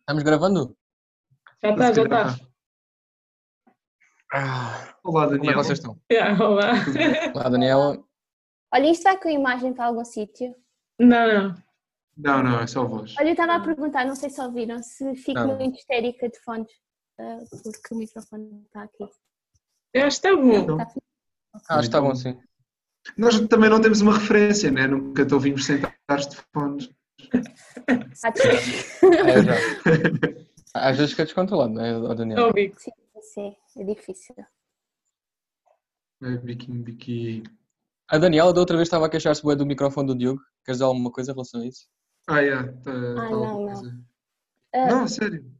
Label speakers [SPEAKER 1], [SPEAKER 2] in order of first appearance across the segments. [SPEAKER 1] Estamos gravando?
[SPEAKER 2] Já tá. está, já está.
[SPEAKER 1] Ah,
[SPEAKER 3] Olá,
[SPEAKER 1] como é que
[SPEAKER 3] Daniel.
[SPEAKER 1] vocês estão?
[SPEAKER 2] Yeah, olá.
[SPEAKER 1] Olá, Daniel.
[SPEAKER 4] Olha, isto vai com a imagem para algum sítio.
[SPEAKER 2] Não, não.
[SPEAKER 3] Não, não, é só voz.
[SPEAKER 4] Olha, eu estava a perguntar, não sei se ouviram, se fico
[SPEAKER 1] Hum. Não.
[SPEAKER 4] muito histérica de fones, ah, porque o microfone está aqui.
[SPEAKER 2] Eu acho que está bom.
[SPEAKER 3] Então,
[SPEAKER 4] Tá fixe.
[SPEAKER 1] Ah, está bom, sim.
[SPEAKER 3] Nós também não temos uma referência, né? Nunca te ouvimos sentar-te de fones.
[SPEAKER 4] Ah, desculpa,
[SPEAKER 1] É, já. Às vezes fica descontrolado, não é, ó, Daniel?
[SPEAKER 2] Não, Bico.
[SPEAKER 4] isso é, é difícil.
[SPEAKER 3] É, biquinho, biquinho.
[SPEAKER 1] A Daniela da outra vez estava a queixar-se bué do microfone do Diogo. Queres dizer alguma coisa em relação a isso?
[SPEAKER 3] Ah, yeah, tá, tá
[SPEAKER 4] não,
[SPEAKER 3] alguma
[SPEAKER 4] não.
[SPEAKER 3] coisa.
[SPEAKER 4] Ah,
[SPEAKER 3] Não, sério.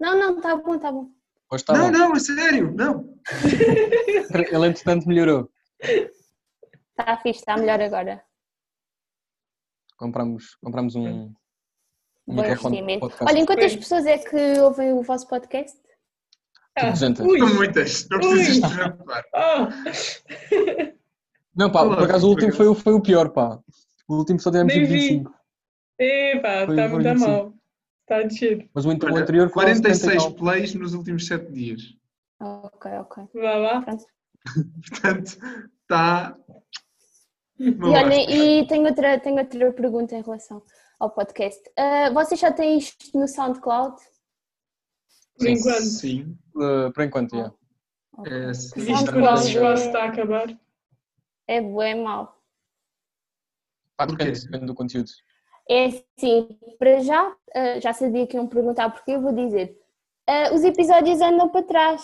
[SPEAKER 4] não, não, está bom, está bom.
[SPEAKER 1] Hoje está
[SPEAKER 3] não,
[SPEAKER 1] Tá bom.
[SPEAKER 3] não, é sério, não.
[SPEAKER 1] Ele, entretanto, melhorou.
[SPEAKER 4] Está Tá fixe, está melhor agora.
[SPEAKER 1] Compramos, compramos um um
[SPEAKER 4] Bom
[SPEAKER 1] microfone de
[SPEAKER 4] investimento.
[SPEAKER 1] podcast.
[SPEAKER 4] Olha, em quantas
[SPEAKER 2] Oi.
[SPEAKER 4] pessoas é que ouvem o vosso podcast?
[SPEAKER 1] é,
[SPEAKER 2] Ah,
[SPEAKER 1] Gente.
[SPEAKER 2] ui.
[SPEAKER 3] São muitas, não precisas te preocupar.
[SPEAKER 2] Oh.
[SPEAKER 1] Não, pá, por acaso o último foi, o- foi o pior, pá. O último só tipo tivemos
[SPEAKER 2] Nem vi.
[SPEAKER 1] 25.
[SPEAKER 2] Epá,
[SPEAKER 1] Foi-
[SPEAKER 2] está
[SPEAKER 1] foi
[SPEAKER 2] tá muito a
[SPEAKER 1] assim.
[SPEAKER 2] mal. Tá Está descido.
[SPEAKER 1] Mas o int- o
[SPEAKER 3] Olha,
[SPEAKER 1] anterior foi
[SPEAKER 3] 46
[SPEAKER 1] 76.
[SPEAKER 3] plays nos últimos 7 dias.
[SPEAKER 4] Ok, ok.
[SPEAKER 2] Vá lá.
[SPEAKER 3] Portanto, tá está.
[SPEAKER 4] E, olha, e tenho outra, tenho outra pergunta em relação ao podcast. Ah, vocês já têm isto no SoundCloud?
[SPEAKER 2] Por enquanto.
[SPEAKER 3] Sim,
[SPEAKER 1] Uh, por enquanto, já. Eh.
[SPEAKER 3] é
[SPEAKER 2] Visto
[SPEAKER 4] Sabe
[SPEAKER 2] que o
[SPEAKER 1] tá
[SPEAKER 2] nosso
[SPEAKER 4] quando-
[SPEAKER 2] espaço está a acabar.
[SPEAKER 4] É bué mau.
[SPEAKER 1] Pá,
[SPEAKER 3] Por
[SPEAKER 1] depende,
[SPEAKER 3] quê?
[SPEAKER 1] depende do conteúdo.
[SPEAKER 4] É sim, para já, ah, já sabia que iam perguntar porque eu vou dizer. Ah, os episódios andam para trás.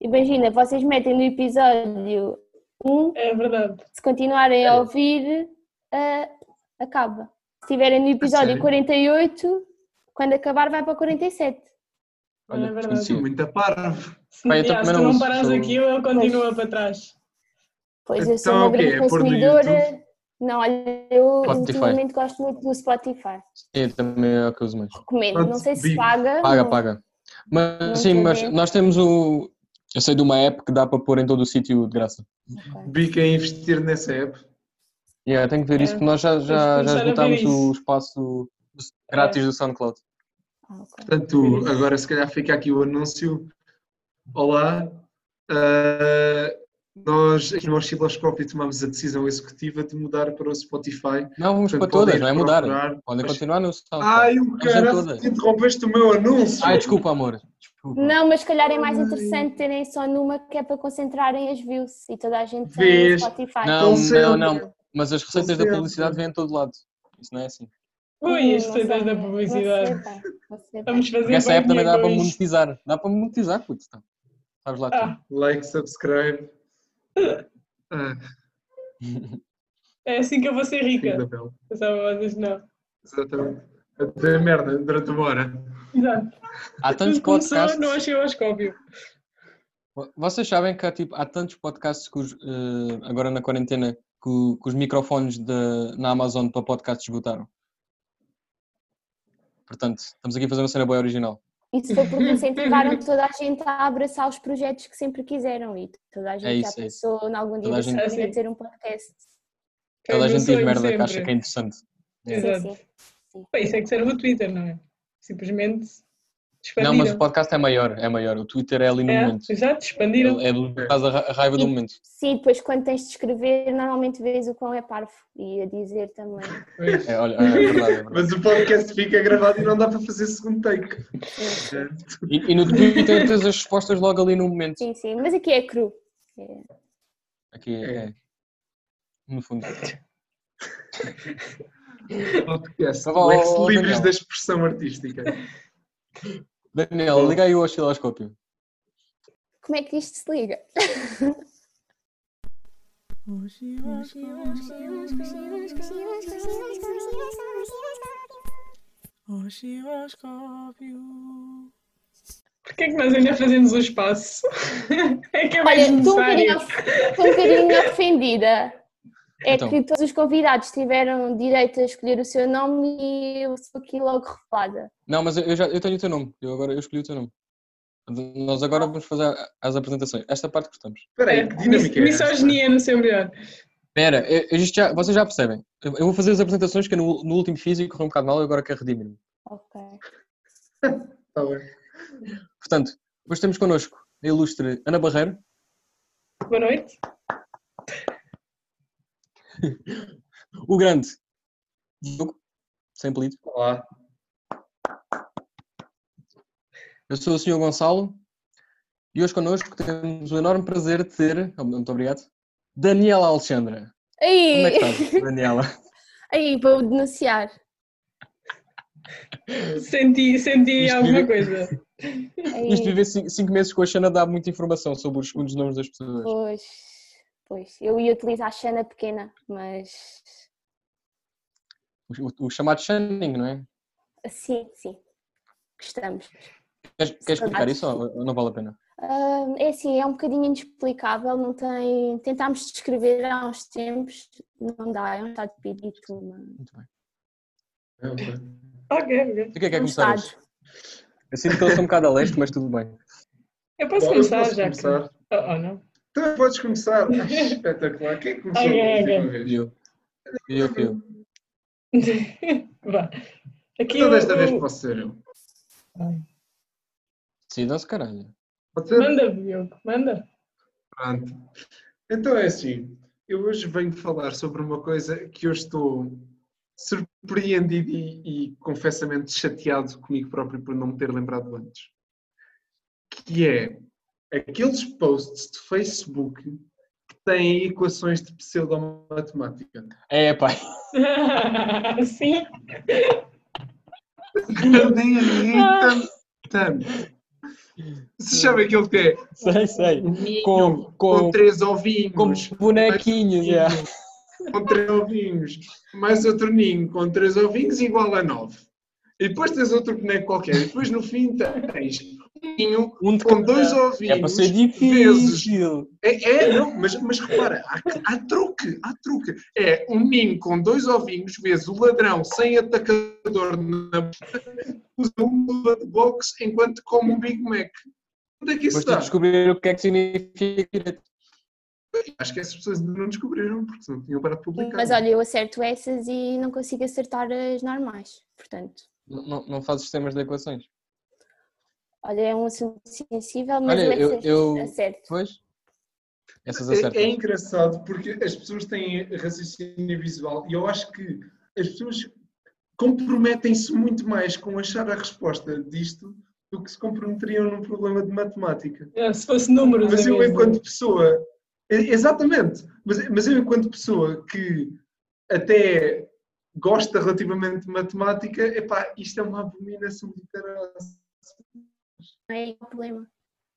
[SPEAKER 4] Imagina, vocês metem no episódio 1,
[SPEAKER 2] É verdade.
[SPEAKER 4] se continuarem a ouvir, ah, acaba. Se estiverem no episódio
[SPEAKER 3] sério?
[SPEAKER 4] 48, quando acabar vai para 47.
[SPEAKER 1] Olha,
[SPEAKER 2] é verdade.
[SPEAKER 3] Sim,
[SPEAKER 1] desconhecido.
[SPEAKER 3] muita parvo.
[SPEAKER 2] Se,
[SPEAKER 1] Pá, eu
[SPEAKER 2] yeah,
[SPEAKER 1] também
[SPEAKER 2] se
[SPEAKER 1] não
[SPEAKER 2] tu não
[SPEAKER 1] uso,
[SPEAKER 2] parares
[SPEAKER 1] sou-
[SPEAKER 2] aquilo, ele continua para trás.
[SPEAKER 4] Pois eu sou
[SPEAKER 3] Então,
[SPEAKER 4] uma
[SPEAKER 3] o quê?
[SPEAKER 4] grande
[SPEAKER 3] É pôr no
[SPEAKER 4] consumidora. Não, olha, eu
[SPEAKER 1] Spotify.
[SPEAKER 4] ultimamente gosto muito do Spotify.
[SPEAKER 1] Eu também é o que eu uso mais.
[SPEAKER 4] Recomendo. Não sei se
[SPEAKER 3] Bigo.
[SPEAKER 4] paga.
[SPEAKER 1] Paga,
[SPEAKER 4] não-
[SPEAKER 1] paga.
[SPEAKER 4] não
[SPEAKER 1] Mas sim, mas
[SPEAKER 4] sabia.
[SPEAKER 1] nós temos o. Eu sei de uma app que dá para pôr em todo o sítio de graça.
[SPEAKER 4] Ok.
[SPEAKER 3] Bica a investir nessa app.
[SPEAKER 1] Yeah, tenho que ver isso,
[SPEAKER 2] É,
[SPEAKER 1] porque nós já, já,
[SPEAKER 2] tens de
[SPEAKER 1] já
[SPEAKER 2] começar a ver
[SPEAKER 1] esgotámos
[SPEAKER 2] isso.
[SPEAKER 1] o espaço grátis do SoundCloud.
[SPEAKER 4] Ah, ok.
[SPEAKER 3] Portanto, agora se calhar fica aqui o anúncio. Olá, ah, nós aqui no Osciloscópio tomamos a decisão executiva de mudar para o Spotify.
[SPEAKER 1] Não, vamos
[SPEAKER 3] Portanto,
[SPEAKER 1] para todas,
[SPEAKER 3] podem
[SPEAKER 1] não é mudar.
[SPEAKER 3] procurar.
[SPEAKER 1] Podem continuar no SoundCloud.
[SPEAKER 3] Ai, o
[SPEAKER 1] em
[SPEAKER 3] caralho,
[SPEAKER 1] todas.
[SPEAKER 3] tu interrompeste o meu anúncio.
[SPEAKER 1] Ai, desculpa, amor. Desculpa.
[SPEAKER 4] Não, mas se calhar é mais
[SPEAKER 3] Ai.
[SPEAKER 4] interessante terem só numa que é para concentrarem as views e toda a gente tem
[SPEAKER 3] Vês?
[SPEAKER 4] Spotify.
[SPEAKER 1] Não,
[SPEAKER 3] Conselho.
[SPEAKER 1] não, não. Mas as receitas da
[SPEAKER 3] Conselho.
[SPEAKER 1] publicidade vêm em todo lado. Isso não é assim.
[SPEAKER 2] Ui, as
[SPEAKER 4] Hum, Não
[SPEAKER 2] receitas
[SPEAKER 4] sei,
[SPEAKER 2] da publicidade.
[SPEAKER 4] não sei bem, não sei bem.
[SPEAKER 2] Vamos
[SPEAKER 1] Porque
[SPEAKER 2] fazer
[SPEAKER 1] essa app também
[SPEAKER 2] banquinha
[SPEAKER 1] dá para
[SPEAKER 2] com isto.
[SPEAKER 1] monetizar. Dá para monetizar, putz. Então. Sabes lá tu.
[SPEAKER 2] Ah,
[SPEAKER 3] Like, subscribe. Ah,
[SPEAKER 2] é assim que eu vou ser
[SPEAKER 3] filho da
[SPEAKER 2] rica.
[SPEAKER 3] bela.
[SPEAKER 2] Pensava vocês não.
[SPEAKER 3] Exatamente. A dizer merda durante uma hora.
[SPEAKER 2] Exato.
[SPEAKER 1] Há tantos
[SPEAKER 2] Tudo começou
[SPEAKER 1] podcasts.
[SPEAKER 2] no Osciloscópio.
[SPEAKER 1] Vocês sabem que há, tipo, há tantos podcasts que os, eh, agora na quarentena que, o- que os microfones da- na Amazon para podcasts esgotaram. Portanto, estamos aqui a fazer uma cena boa original.
[SPEAKER 4] Isso foi porque incentivaram toda a gente a abraçar os projetos que sempre quiseram e toda a gente
[SPEAKER 1] isso,
[SPEAKER 4] já
[SPEAKER 1] é
[SPEAKER 4] pensou em algum dia
[SPEAKER 1] Toda a
[SPEAKER 4] desse
[SPEAKER 1] gente-
[SPEAKER 4] queria
[SPEAKER 2] Assim.
[SPEAKER 4] ter um podcast.
[SPEAKER 2] Foi
[SPEAKER 1] Toda
[SPEAKER 2] o
[SPEAKER 1] a
[SPEAKER 2] meu
[SPEAKER 1] gente diz
[SPEAKER 2] sonho
[SPEAKER 1] merda
[SPEAKER 2] sempre.
[SPEAKER 1] que acha que é interessante.
[SPEAKER 4] Sim,
[SPEAKER 2] Exato.
[SPEAKER 4] sim.
[SPEAKER 2] Pá, isso é que serve o Twitter, não é? Simplesmente
[SPEAKER 1] Não, mas
[SPEAKER 2] expandiram.
[SPEAKER 1] o podcast é maior, é maior. O Twitter é ali no
[SPEAKER 2] é,
[SPEAKER 1] momento.
[SPEAKER 2] exato, expandiram.
[SPEAKER 1] É, é do- faz a ra- a raiva do momento.
[SPEAKER 4] Sim, depois quando tens de escrever, normalmente vês o quão é parvo e a dizer também.
[SPEAKER 1] É, olha, é verdade, é verdade.
[SPEAKER 3] Mas o podcast fica gravado e não dá para fazer segundo take.
[SPEAKER 4] Sim,
[SPEAKER 1] E, e no Twitter tens as respostas logo ali no momento.
[SPEAKER 4] sim, sim. mas aqui é cru. É.
[SPEAKER 1] Aqui é. é. No fundo.
[SPEAKER 3] É, Podcast.
[SPEAKER 1] Tá bom,
[SPEAKER 3] Lex
[SPEAKER 1] ó,
[SPEAKER 3] livres
[SPEAKER 1] Daniel.
[SPEAKER 3] da expressão artística.
[SPEAKER 1] Daniel, liga aí o osciloscópio.
[SPEAKER 4] Como é que isto se liga?
[SPEAKER 2] Porquê é que nós ainda fazemos o espaço? é que é mais
[SPEAKER 4] Olha, estou um bocadinho,
[SPEAKER 2] necessário.
[SPEAKER 4] estou um bocadinho ofendida. É
[SPEAKER 1] Então.
[SPEAKER 4] que todos os convidados tiveram direito a escolher o seu nome e eu sou aqui logo revelada.
[SPEAKER 1] Não, mas eu, eu já, eu tenho o teu nome. Eu agora eu escolhi o teu nome. De- Nós agora vamos fazer a- as apresentações. Esta parte gostamos.
[SPEAKER 3] Espera
[SPEAKER 2] É,
[SPEAKER 3] aí, que dinâmica é
[SPEAKER 2] mis-
[SPEAKER 3] esta?
[SPEAKER 2] misoginia no seu melhor.
[SPEAKER 1] Espera, eu- eu- isto já- vocês já percebem. Eu eu vou fazer as apresentações que eu no, no último físico correu um bocado mal e agora quero redimir-me.
[SPEAKER 4] Ok.
[SPEAKER 3] Está bem.
[SPEAKER 1] Portanto, depois temos connosco a ilustre Ana Barreiro.
[SPEAKER 2] Boa noite.
[SPEAKER 1] O grande Diogo, sem apelido.
[SPEAKER 3] Olá.
[SPEAKER 1] Eu sou o Sr. Gonçalo e hoje connosco temos o enorme prazer de ter, oh, muito obrigado, Daniela Alexandra. Como é que
[SPEAKER 4] Aí,
[SPEAKER 1] estás, Daniela?
[SPEAKER 4] aí vou denunciar.
[SPEAKER 2] Senti, senti
[SPEAKER 1] Isto
[SPEAKER 2] alguma
[SPEAKER 1] vive-
[SPEAKER 2] coisa.
[SPEAKER 4] Aí,
[SPEAKER 1] Isto viver 5 meses com a Xana dá muita informação sobre os segundos nomes das pessoas.
[SPEAKER 4] pois, pois, eu ia utilizar a Xana pequena, mas
[SPEAKER 1] O, o chamado Xaning, não é?
[SPEAKER 4] sim, assim, sim, gostamos.
[SPEAKER 1] Queres, queres explicar isso ou ou não vale a pena?
[SPEAKER 4] Ah, é assim, é um bocadinho inexplicável, não tem. Tentámos descrever há uns tempos, não dá, é um estado de espírito, uma-
[SPEAKER 1] Muito bem.
[SPEAKER 3] É, ok.
[SPEAKER 2] Ok, ok.
[SPEAKER 1] O que é que é
[SPEAKER 4] um
[SPEAKER 1] começar hoje?
[SPEAKER 4] estado.
[SPEAKER 1] Eu sinto que eu sou um bocado a leste, mas tudo bem.
[SPEAKER 2] Eu posso
[SPEAKER 3] Bom, eu
[SPEAKER 2] começar
[SPEAKER 3] posso
[SPEAKER 2] já que.
[SPEAKER 3] começar.
[SPEAKER 2] Oh, oh, não.
[SPEAKER 3] Então, podes começar. Ah, Espetacular. Quem é que começou
[SPEAKER 2] Ok,
[SPEAKER 3] a
[SPEAKER 2] ok.
[SPEAKER 3] última vez?
[SPEAKER 1] E eu? E eu, e eu?
[SPEAKER 2] Vá. Aqui
[SPEAKER 3] Então, desta
[SPEAKER 2] o-
[SPEAKER 3] vez
[SPEAKER 2] o-
[SPEAKER 3] posso ser eu.
[SPEAKER 1] Decidam-se, caralho.
[SPEAKER 3] Pode ser?
[SPEAKER 2] Manda, Diogo, manda.
[SPEAKER 3] Pronto. Então é assim, eu hoje venho falar sobre uma coisa que eu estou surpreendido e, e confessamente chateado comigo próprio por não me ter lembrado antes. Que é aqueles posts de Facebook que têm equações de pseudomatemática.
[SPEAKER 1] É, pai.
[SPEAKER 2] Sim.
[SPEAKER 3] Nem irrita tanto. Vocês sabem aquilo que é?
[SPEAKER 1] Sei, sei.
[SPEAKER 3] Um ninho
[SPEAKER 1] Com-
[SPEAKER 3] com,
[SPEAKER 1] com-
[SPEAKER 3] três ovinhos.
[SPEAKER 1] Com bonequinhos, é. já.
[SPEAKER 3] com três ovinhos, mais outro ninho com três ovinhos igual a nove. E depois tens outro boneco qualquer. E depois no fim tens um ninho
[SPEAKER 1] Um de
[SPEAKER 3] com
[SPEAKER 1] cada.
[SPEAKER 3] dois ovinhos.
[SPEAKER 1] É para ser
[SPEAKER 3] vezes.
[SPEAKER 1] difícil.
[SPEAKER 3] É, é, não, mas, mas repara, há, há truque, há truque. É um ninho com dois ovinhos vezes o ladrão sem atacador na boca, usa um luva de boxe enquanto come um Big Mac. Onde é que isso
[SPEAKER 1] Depois de
[SPEAKER 3] está?
[SPEAKER 1] descobrir o que é que significa direito.
[SPEAKER 3] Acho que essas pessoas ainda não descobriram, porque não tinham parado de publicar.
[SPEAKER 4] Mas olha, eu acerto essas e não consigo acertar as normais, portanto.
[SPEAKER 1] Não, não- não faz sistemas de equações.
[SPEAKER 4] Olha, é um assunto sensível, mas
[SPEAKER 1] Olha,
[SPEAKER 4] eu,
[SPEAKER 1] eu-
[SPEAKER 4] acerto,
[SPEAKER 1] eu-
[SPEAKER 4] acerto.
[SPEAKER 1] Pois? Essas
[SPEAKER 3] É, é
[SPEAKER 1] acertas.
[SPEAKER 3] engraçado porque as pessoas têm raciocínio visual e eu acho que as pessoas comprometem-se muito mais com achar a resposta disto do que se comprometeriam num problema de matemática.
[SPEAKER 2] Ah, Se fosse números.
[SPEAKER 3] Mas
[SPEAKER 2] em
[SPEAKER 3] eu,
[SPEAKER 2] vez de-
[SPEAKER 3] enquanto pessoa, e- exatamente, mas, mas eu, enquanto pessoa que até gosta relativamente de matemática, epá, isto é uma abominação de caraças.
[SPEAKER 4] Não é o problema.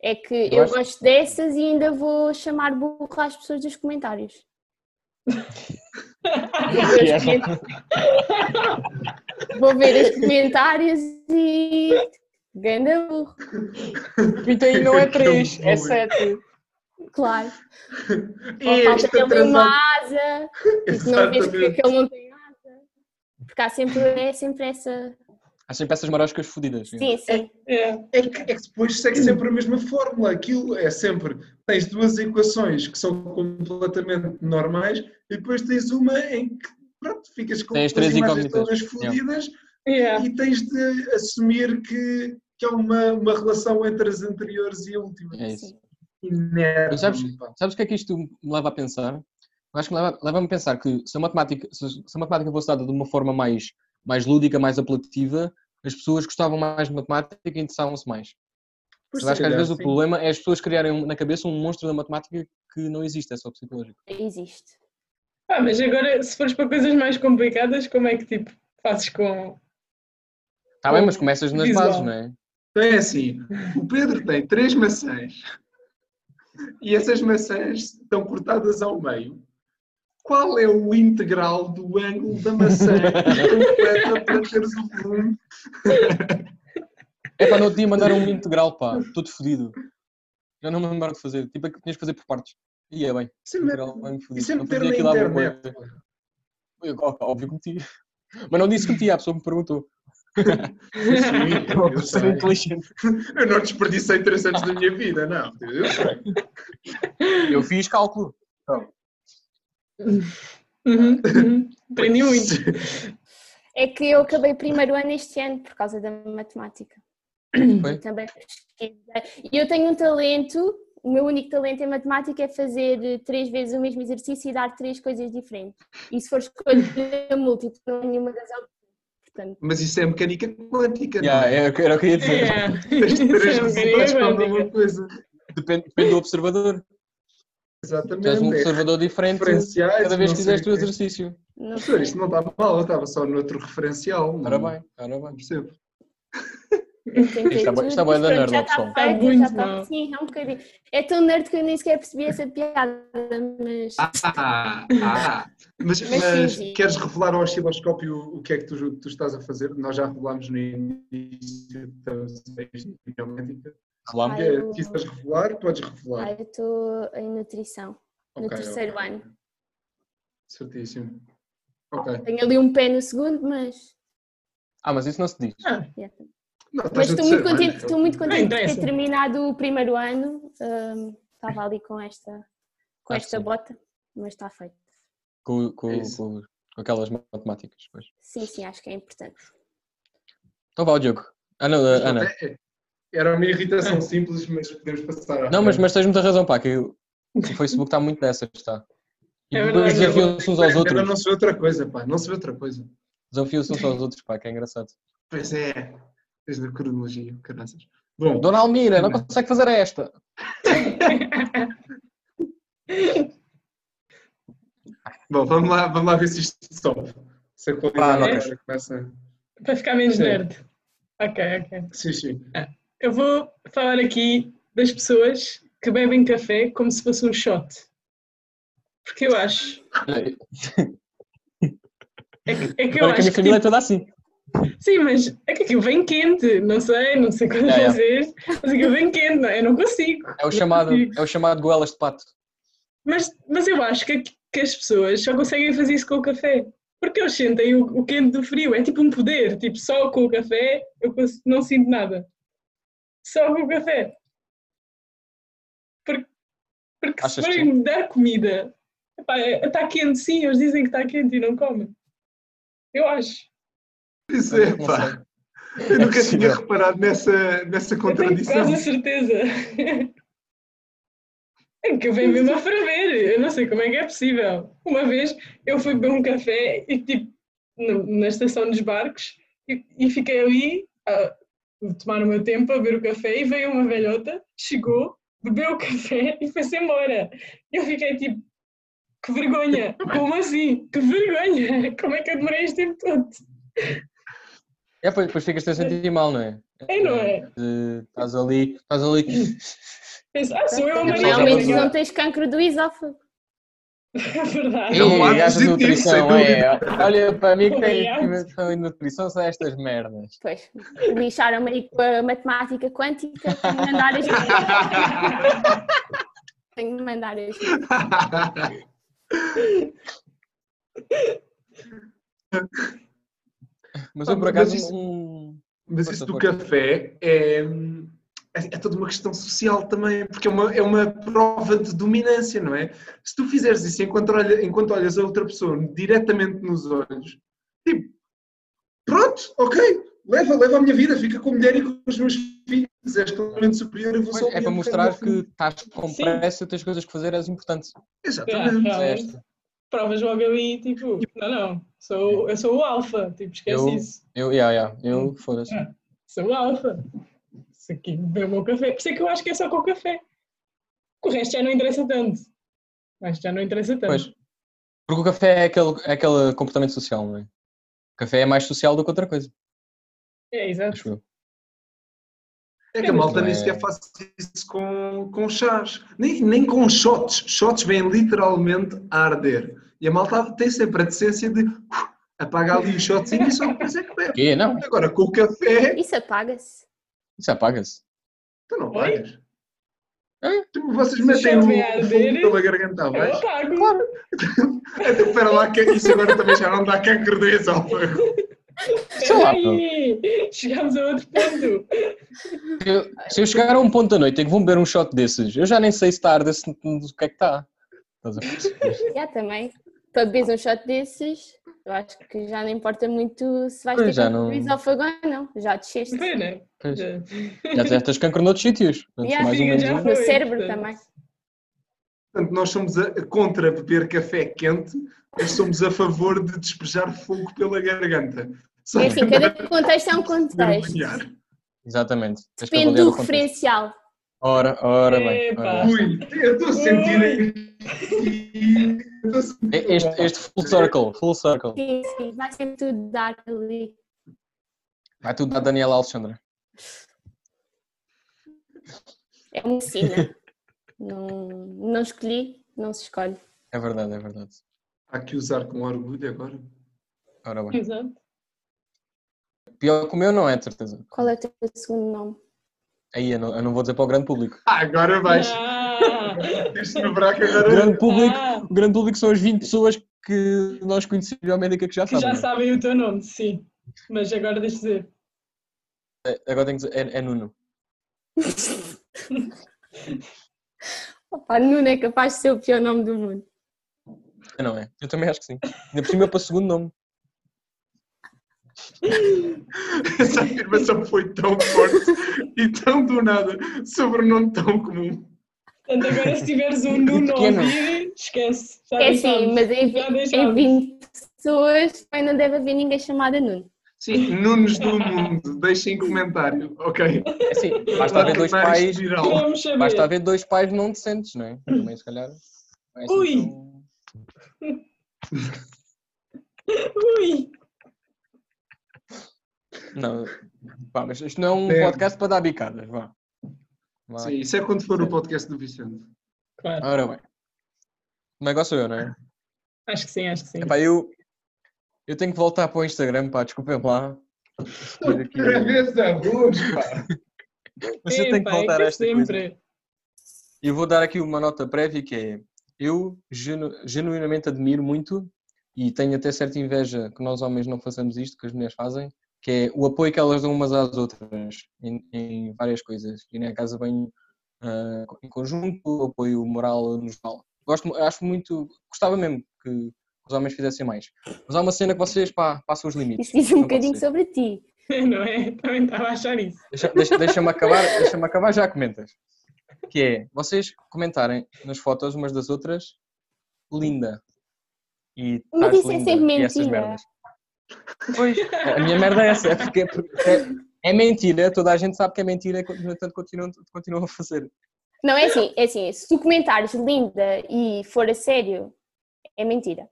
[SPEAKER 4] É que eu,
[SPEAKER 1] acho-
[SPEAKER 4] gosto dessas e ainda vou chamar burro às pessoas dos comentários. Vou ver os comentários e. Ganda burro,
[SPEAKER 1] Então aí não é 3, é
[SPEAKER 3] Acabou.
[SPEAKER 1] 7.
[SPEAKER 4] claro. Ou
[SPEAKER 3] É,
[SPEAKER 4] falta
[SPEAKER 3] isto
[SPEAKER 4] ter uma
[SPEAKER 3] atrasado.
[SPEAKER 4] asa, porque não vês porque é
[SPEAKER 3] Exatamente.
[SPEAKER 4] que ele não tem asa. Porque há sempre, é sempre essa.
[SPEAKER 1] Há sempre essas maroscas fodidas. né?
[SPEAKER 4] Sim, sim.
[SPEAKER 2] É.
[SPEAKER 3] É que, é que depois segue sempre a mesma fórmula. Aquilo é sempre. Tens duas equações que são completamente normais e depois tens uma em que pronto, ficas com
[SPEAKER 1] Tens
[SPEAKER 3] as
[SPEAKER 1] três
[SPEAKER 3] imagens
[SPEAKER 1] incógnitas.
[SPEAKER 3] todas fodidas
[SPEAKER 1] É.
[SPEAKER 2] Yeah.
[SPEAKER 3] e tens de assumir que, que há uma, uma relação entre as anteriores e a última.
[SPEAKER 1] É isso.
[SPEAKER 3] Inerme,
[SPEAKER 1] Mas sabes-
[SPEAKER 3] pá.
[SPEAKER 1] Sabes o que é que isto me leva a pensar? Eu acho que me leva- leva-me a pensar que se a, matemática, se se a matemática fosse dada de uma forma mais, mais lúdica, mais apelativa, as pessoas gostavam mais de matemática e interessavam-se mais.
[SPEAKER 3] Pois,
[SPEAKER 1] Mas acho
[SPEAKER 3] se
[SPEAKER 1] que às
[SPEAKER 3] calhar,
[SPEAKER 1] vezes o
[SPEAKER 3] sim.
[SPEAKER 1] problema é as pessoas criarem um- na cabeça um monstro da matemática que não existe, é só psicológico.
[SPEAKER 4] Existe.
[SPEAKER 2] Ah, mas agora, se fores para coisas mais complicadas, como é que tipo fazes com.
[SPEAKER 1] Está Tá bem, mas começas nas
[SPEAKER 2] Visual.
[SPEAKER 1] bases, não é?
[SPEAKER 3] Então é assim: o Pedro tem três maçãs e essas maçãs estão cortadas ao meio. Qual é o integral do ângulo da maçã completa para teres o volume?
[SPEAKER 1] É para no outro dia mandar um integral, pá, todo fodido. Já não me lembro de fazer, tipo, é que tinhas de fazer por partes. E é bem,
[SPEAKER 3] Isso é
[SPEAKER 1] integral
[SPEAKER 3] meter-
[SPEAKER 1] bem fodido.
[SPEAKER 3] isso é
[SPEAKER 1] Não
[SPEAKER 3] meter
[SPEAKER 1] fazia
[SPEAKER 3] na
[SPEAKER 1] aquilo à boa.
[SPEAKER 3] internet.
[SPEAKER 1] Eu, ó, Óbvio que meti. Mas não disse que meti, a pessoa me perguntou.
[SPEAKER 3] Sim, eu- eu
[SPEAKER 1] Ser
[SPEAKER 3] sei.
[SPEAKER 1] inteligente.
[SPEAKER 3] Eu não desperdicei três anos da minha vida, não. Eu sei.
[SPEAKER 1] Eu fiz cálculo.
[SPEAKER 2] Uhum, uhum. Aprendi muito.
[SPEAKER 4] É que eu acabei primeiro ano este ano por causa da matemática.
[SPEAKER 1] Foi?
[SPEAKER 4] Também pesquisei. E eu tenho um talento, o meu único talento em matemática é fazer eh, três vezes o mesmo exercício e dar três coisas diferentes. E se for escolher múltiplo, não é nenhuma das opções. Portanto,
[SPEAKER 3] Mas isso é mecânica quântica,
[SPEAKER 1] Yeah,
[SPEAKER 3] não é?
[SPEAKER 1] é, era o que eu ia dizer.
[SPEAKER 2] Yeah.
[SPEAKER 3] As três
[SPEAKER 2] Isso é um
[SPEAKER 3] resultados para
[SPEAKER 2] bocadinho
[SPEAKER 3] alguma coisa.
[SPEAKER 1] Depende, depende do observador. Tu és um
[SPEAKER 3] Exatamente. é.
[SPEAKER 1] observador diferente
[SPEAKER 3] Referenciais,
[SPEAKER 1] cada vez
[SPEAKER 3] não
[SPEAKER 1] que
[SPEAKER 3] sei
[SPEAKER 1] fizeste o
[SPEAKER 3] o quê.
[SPEAKER 1] exercício.
[SPEAKER 4] não
[SPEAKER 3] Professor, isto não está mal, eu estava só no outro referencial. não-
[SPEAKER 1] Ora bem, ora bem.
[SPEAKER 3] Não percebo.
[SPEAKER 4] Tentei
[SPEAKER 1] Isto é bué-
[SPEAKER 4] tudo,
[SPEAKER 1] isto é bué da
[SPEAKER 4] pronto,
[SPEAKER 1] nerd,
[SPEAKER 4] já
[SPEAKER 1] ó, pessoal.
[SPEAKER 4] está feito,
[SPEAKER 2] Muito
[SPEAKER 4] já está-
[SPEAKER 2] não.
[SPEAKER 4] Sim, é um bocadinho. É tão nerd que eu nem sequer percebi essa piada, mas
[SPEAKER 3] Ah, ah. Mas,
[SPEAKER 4] Mas
[SPEAKER 3] mas
[SPEAKER 4] sim, sim.
[SPEAKER 3] queres revelar ao osciloscópio o que é que tu, tu estás a fazer? Nós já revelámos no início então, da biomédica.
[SPEAKER 1] Olá.
[SPEAKER 4] Ai,
[SPEAKER 3] É,
[SPEAKER 4] eu-
[SPEAKER 3] Quiseres revelar? Podes revelar.
[SPEAKER 4] ah, eu estou em nutrição. no
[SPEAKER 3] Ok,
[SPEAKER 4] terceiro
[SPEAKER 3] ok.
[SPEAKER 4] ano.
[SPEAKER 3] Certíssimo. Ok.
[SPEAKER 4] Tenho ali um pé no segundo, mas
[SPEAKER 1] Ah, mas isso não se diz.
[SPEAKER 4] yeah.
[SPEAKER 3] Não,
[SPEAKER 4] Mas
[SPEAKER 3] estás no
[SPEAKER 4] estou
[SPEAKER 3] terceiro
[SPEAKER 4] muito contente,
[SPEAKER 3] ano. então.
[SPEAKER 4] estou muito contente de ter
[SPEAKER 2] interessa.
[SPEAKER 4] terminado o primeiro ano. Hum, estava ali com esta, com
[SPEAKER 1] Ah,
[SPEAKER 4] esta
[SPEAKER 1] sim.
[SPEAKER 4] bota, mas está feito.
[SPEAKER 1] Com, com,
[SPEAKER 3] É isso.
[SPEAKER 1] com- com aquelas matemáticas. Pois.
[SPEAKER 4] Sim, sim, acho que é importante.
[SPEAKER 1] Então vá, o Diogo. Ah, não, ah, Ana.
[SPEAKER 3] É, Era uma irritação simples, mas podemos passar à
[SPEAKER 1] Não, mas,
[SPEAKER 3] frente.
[SPEAKER 1] mas tens muita razão, pá, que o Facebook está muito dessas, está. E
[SPEAKER 2] É
[SPEAKER 1] depois
[SPEAKER 2] verdade,
[SPEAKER 1] desafiam-se uns aos
[SPEAKER 3] Ela
[SPEAKER 1] outros.
[SPEAKER 3] não se vê outra coisa, pá. Não se vê outra coisa.
[SPEAKER 1] Desafiam-se uns aos outros, pá, que é engraçado.
[SPEAKER 3] Pois é. Desde a cronologia, caraças. Bom,
[SPEAKER 1] Dona Almira, não
[SPEAKER 3] Ana.
[SPEAKER 1] consegue fazer esta.
[SPEAKER 3] bom vamos, lá, vamos lá ver se isto sobe. Se a
[SPEAKER 1] Pá,
[SPEAKER 3] qualidade é
[SPEAKER 1] não.
[SPEAKER 3] agora começa.
[SPEAKER 2] Para ficar menos
[SPEAKER 3] Sim.
[SPEAKER 2] nerd. Ok, ok.
[SPEAKER 3] Sim, sim.
[SPEAKER 2] Eu vou falar aqui das pessoas que bebem café como se fosse um shot. Porque eu acho. É que, é que eu
[SPEAKER 1] Agora que a
[SPEAKER 2] acho
[SPEAKER 1] minha
[SPEAKER 2] que.
[SPEAKER 1] família é toda assim.
[SPEAKER 2] tipo, sim, mas é que aquilo vem quente. Não sei, não sei quantas
[SPEAKER 1] Ya, ya.
[SPEAKER 2] vocês. Mas aquilo vem quente. Não, eu não consigo.
[SPEAKER 1] É o chamado,
[SPEAKER 2] Não consigo.
[SPEAKER 1] é o chamado goelas de pato.
[SPEAKER 2] Mas, mas eu acho que, que as pessoas só conseguem fazer isso com o café. Porque eles sentem o, o quente do frio. É tipo um poder. Tipo, só com o café eu cons- não sinto nada. Só com o café. Porque, porque se
[SPEAKER 1] Achas
[SPEAKER 2] forem me dar comida, está quente sim, eles dizem que está quente e não comem. Eu acho.
[SPEAKER 3] Pois é,
[SPEAKER 1] Não sei. É
[SPEAKER 3] pá. Eu nunca
[SPEAKER 1] possível.
[SPEAKER 3] tinha reparado nessa, nessa
[SPEAKER 2] Eu tenho
[SPEAKER 3] contradição.
[SPEAKER 2] quase a certeza. É que eu venho mesmo a ferver. Eu não sei como é que é possível. Uma vez eu fui beber um café e tipo no- na estação dos barcos e, e fiquei ali a tomar o meu tempo a beber o café e veio uma velhota, chegou, bebeu o café e foi-se embora. E eu fiquei tipo, que vergonha! Como assim? Que vergonha! Como é que eu demorei este tempo todo?
[SPEAKER 1] É, pois, depois ficas-te a sentir mal, não é?
[SPEAKER 2] É, não é?
[SPEAKER 1] De- Estás ali, estás ali.
[SPEAKER 2] Penso, ah, sou eu a Maria.
[SPEAKER 1] Realmente
[SPEAKER 4] Realmente
[SPEAKER 1] não.
[SPEAKER 4] não tens cancro do esófago.
[SPEAKER 2] É verdade.
[SPEAKER 1] Ei,
[SPEAKER 3] um lado
[SPEAKER 1] gajas de
[SPEAKER 3] positivo,
[SPEAKER 1] nutrição,
[SPEAKER 3] sem
[SPEAKER 1] é. Olha para mim é que tem
[SPEAKER 2] Obrigado.
[SPEAKER 1] informação em nutrição, são estas merdas.
[SPEAKER 4] Pois, lixaram-me aí com a matemática quântica. Tenho de mandar as Tenho de mandar as
[SPEAKER 1] Mas
[SPEAKER 2] Ah,
[SPEAKER 3] Pá,
[SPEAKER 1] eu por
[SPEAKER 3] mas
[SPEAKER 1] acaso.
[SPEAKER 3] isso-
[SPEAKER 1] hum,
[SPEAKER 3] Mas
[SPEAKER 1] Força,
[SPEAKER 3] isso do
[SPEAKER 1] força.
[SPEAKER 3] café é, é, é toda uma questão social também, porque é uma, é uma prova de dominância, não é? Se tu fizeres isso enquanto, olha- enquanto olhas a outra pessoa diretamente nos olhos, tipo, pronto, ok, leva, leva a minha vida, fica com a mulher e com os meus filhos, és claramente superior, eu vou só
[SPEAKER 1] É para
[SPEAKER 3] olhar um
[SPEAKER 1] mostrar que
[SPEAKER 3] bocadinho ao fim.
[SPEAKER 1] estás com
[SPEAKER 2] Sim.
[SPEAKER 1] pressa, tens coisas que fazer, és importante.
[SPEAKER 3] Exatamente.
[SPEAKER 2] Ah,
[SPEAKER 1] É esta.
[SPEAKER 2] provas logo ali, tipo, não, não, sou, eu sou o alfa, tipo, esquece
[SPEAKER 1] Eu-
[SPEAKER 2] isso,
[SPEAKER 1] Eu, yeah, yeah, eu, foda-se.
[SPEAKER 2] sou o alfa. Isso aqui bebeu o meu café, por isso é que eu acho que é só com o café. O resto já não interessa tanto. O resto já não interessa tanto.
[SPEAKER 1] Pois. Porque o café é aquele, é aquele comportamento social, não é? O café é mais social do que outra coisa,
[SPEAKER 2] É, exato.
[SPEAKER 1] acho eu.
[SPEAKER 3] É que a malta
[SPEAKER 1] Não
[SPEAKER 3] nem
[SPEAKER 1] é-
[SPEAKER 3] sequer faz isso com, com chás, nem, nem com shots. Shots vêm literalmente a arder. E a malta tem sempre a decência de uf, apagar ali o shotzinho e só depois é que bebe.
[SPEAKER 1] E não,
[SPEAKER 3] Agora, com o café,
[SPEAKER 4] Isso apaga-se.
[SPEAKER 1] isso apaga-se.
[SPEAKER 3] tu não
[SPEAKER 2] Oi?
[SPEAKER 3] pagas.
[SPEAKER 1] É?
[SPEAKER 3] Tu- Vocês
[SPEAKER 2] Se o
[SPEAKER 3] metem
[SPEAKER 2] shot
[SPEAKER 3] o,
[SPEAKER 2] vem a
[SPEAKER 3] o fumo
[SPEAKER 2] arder,
[SPEAKER 3] pela garganta
[SPEAKER 2] Eu
[SPEAKER 3] abaixo.
[SPEAKER 2] apago.
[SPEAKER 3] Então, espera lá, que isso agora também já não dá cancro de esófago.
[SPEAKER 1] Sei lá,
[SPEAKER 2] Ei, Chegámos a outro ponto.
[SPEAKER 1] Se eu, se eu chegar a um ponto da noite em que vão beber um shot desses, eu já nem sei se está a arder, se, o que é que está. Estás a perceber?
[SPEAKER 4] Já também. para beber um shot desses, eu acho que já não importa muito se vais
[SPEAKER 1] Pois,
[SPEAKER 4] ter
[SPEAKER 1] já
[SPEAKER 4] já
[SPEAKER 1] não-
[SPEAKER 4] ou não. Já desceste.
[SPEAKER 2] Foi, né?
[SPEAKER 1] Pois.
[SPEAKER 2] Já.
[SPEAKER 1] Já tiveste as cancro noutros sítios. Portanto,
[SPEAKER 4] Yeah,
[SPEAKER 1] mais ou menos
[SPEAKER 2] já
[SPEAKER 1] um-
[SPEAKER 2] foi.
[SPEAKER 4] No cérebro
[SPEAKER 2] portanto.
[SPEAKER 4] também.
[SPEAKER 3] Portanto, nós somos a, contra beber café quente, mas somos a favor de despejar fogo pela garganta. Só
[SPEAKER 4] É assim,
[SPEAKER 3] que
[SPEAKER 4] cada contexto é um contexto.
[SPEAKER 3] mergulhar.
[SPEAKER 1] Exatamente. Tens que
[SPEAKER 4] Depende
[SPEAKER 1] avaliar
[SPEAKER 4] do
[SPEAKER 1] o contexto.
[SPEAKER 4] referencial.
[SPEAKER 1] Ora, ora bem.
[SPEAKER 2] Epa.
[SPEAKER 1] Ora. bem.
[SPEAKER 3] Ui, eu estou a sentir aí. eu tô a sentir-
[SPEAKER 1] E- Este, este full circle, full circle.
[SPEAKER 4] Sim, sim, vai ser tudo dar ali.
[SPEAKER 1] Vai tudo dar Daniela Alexandra.
[SPEAKER 4] É uma sina. não, não escolhi, não se escolhe.
[SPEAKER 1] É verdade, é verdade.
[SPEAKER 3] Há que usar com orgulho agora.
[SPEAKER 1] Ora bem.
[SPEAKER 2] Exato.
[SPEAKER 1] Pior que o meu não é, de certeza.
[SPEAKER 4] Qual é o teu segundo nome?
[SPEAKER 1] Aí eu não, eu não vou dizer para o grande público.
[SPEAKER 3] Ah, agora vais.
[SPEAKER 2] Ah,
[SPEAKER 3] Este no buraco
[SPEAKER 1] O
[SPEAKER 3] agora.
[SPEAKER 1] grande público,
[SPEAKER 2] ah,
[SPEAKER 1] o grande público são as 20 pessoas que nós conhecemos de América que já é?
[SPEAKER 2] que
[SPEAKER 1] sabem.
[SPEAKER 2] já sabem o teu nome, sim. Mas agora deixa dizer.
[SPEAKER 1] É, Agora tenho que dizer, é, é Nuno.
[SPEAKER 4] Opa, Nuno é capaz de ser o pior nome do mundo.
[SPEAKER 1] É, Não é? Eu também acho que sim. Ainda por cima é para o segundo nome.
[SPEAKER 3] Essa afirmação foi tão forte e tão do nada, sobre um nome tão comum.
[SPEAKER 2] Portanto, agora se tiveres um Nuno a
[SPEAKER 1] Pequeno.
[SPEAKER 2] ouvir, esquece. Já
[SPEAKER 4] É
[SPEAKER 2] deixámos.
[SPEAKER 4] sim, mas em,
[SPEAKER 2] Já
[SPEAKER 4] vi-
[SPEAKER 2] deixámos.
[SPEAKER 4] em 20 pessoas ainda não deve haver ninguém chamado Nuno.
[SPEAKER 3] Sim, Nunes do Mundo, deixem comentário, ok?
[SPEAKER 1] É assim, basta haver dois
[SPEAKER 3] Tornar isto
[SPEAKER 1] pais,
[SPEAKER 3] viral.
[SPEAKER 2] Vamos saber.
[SPEAKER 1] basta haver dois pais não decentes, não é? Também se calhar. não é assim
[SPEAKER 2] Ui.
[SPEAKER 1] tão-
[SPEAKER 2] Ui,
[SPEAKER 1] Não, pá, mas isto não é um
[SPEAKER 3] É.
[SPEAKER 1] podcast para dar bicadas, vá. Vá.
[SPEAKER 3] Sim, isso é quando for o podcast do Vicente.
[SPEAKER 2] claro.
[SPEAKER 1] Ora bem. O negócio eu, não é?
[SPEAKER 2] Acho que sim, acho que sim.
[SPEAKER 1] Epá, eu, eu tenho que voltar para o Instagram, pá, desculpem lá.
[SPEAKER 3] Outra vez a luz, pá.
[SPEAKER 1] Mas eu tenho que
[SPEAKER 2] Epá, é
[SPEAKER 1] voltar a esta coisa.
[SPEAKER 2] sempre.
[SPEAKER 1] E vou dar aqui uma nota prévia que é eu genu- genuinamente admiro muito e tenho até certa inveja que nós homens não façamos isto que as mulheres fazem, que é o apoio que elas dão umas às outras em, em várias coisas. E na casa bem ah, em conjunto, o apoio moral no geral. Gosto, mu- acho muito, gostava mesmo que os homens fizessem mais. Mas há uma cena que vocês pá, passam os limites.
[SPEAKER 4] Isso diz um
[SPEAKER 1] Não pode
[SPEAKER 4] bocadinho
[SPEAKER 1] ser.
[SPEAKER 4] sobre ti.
[SPEAKER 2] Não é? Também estava a achar isso.
[SPEAKER 1] Deixa- deixa- Deixa-me acabar, deixa-me acabar, já comentas. Que é vocês comentarem nas fotos umas das outras, linda. E
[SPEAKER 4] Mas
[SPEAKER 1] estás
[SPEAKER 4] isso é
[SPEAKER 1] linda,
[SPEAKER 4] sempre
[SPEAKER 1] e essas
[SPEAKER 4] mentira.
[SPEAKER 1] merdas. Pois, a minha merda é essa, é porque é, é mentira, toda a gente sabe que é mentira e no entanto continuam, continuam a fazer.
[SPEAKER 4] Não, é assim, é assim, se tu comentares linda e for a sério, é mentira.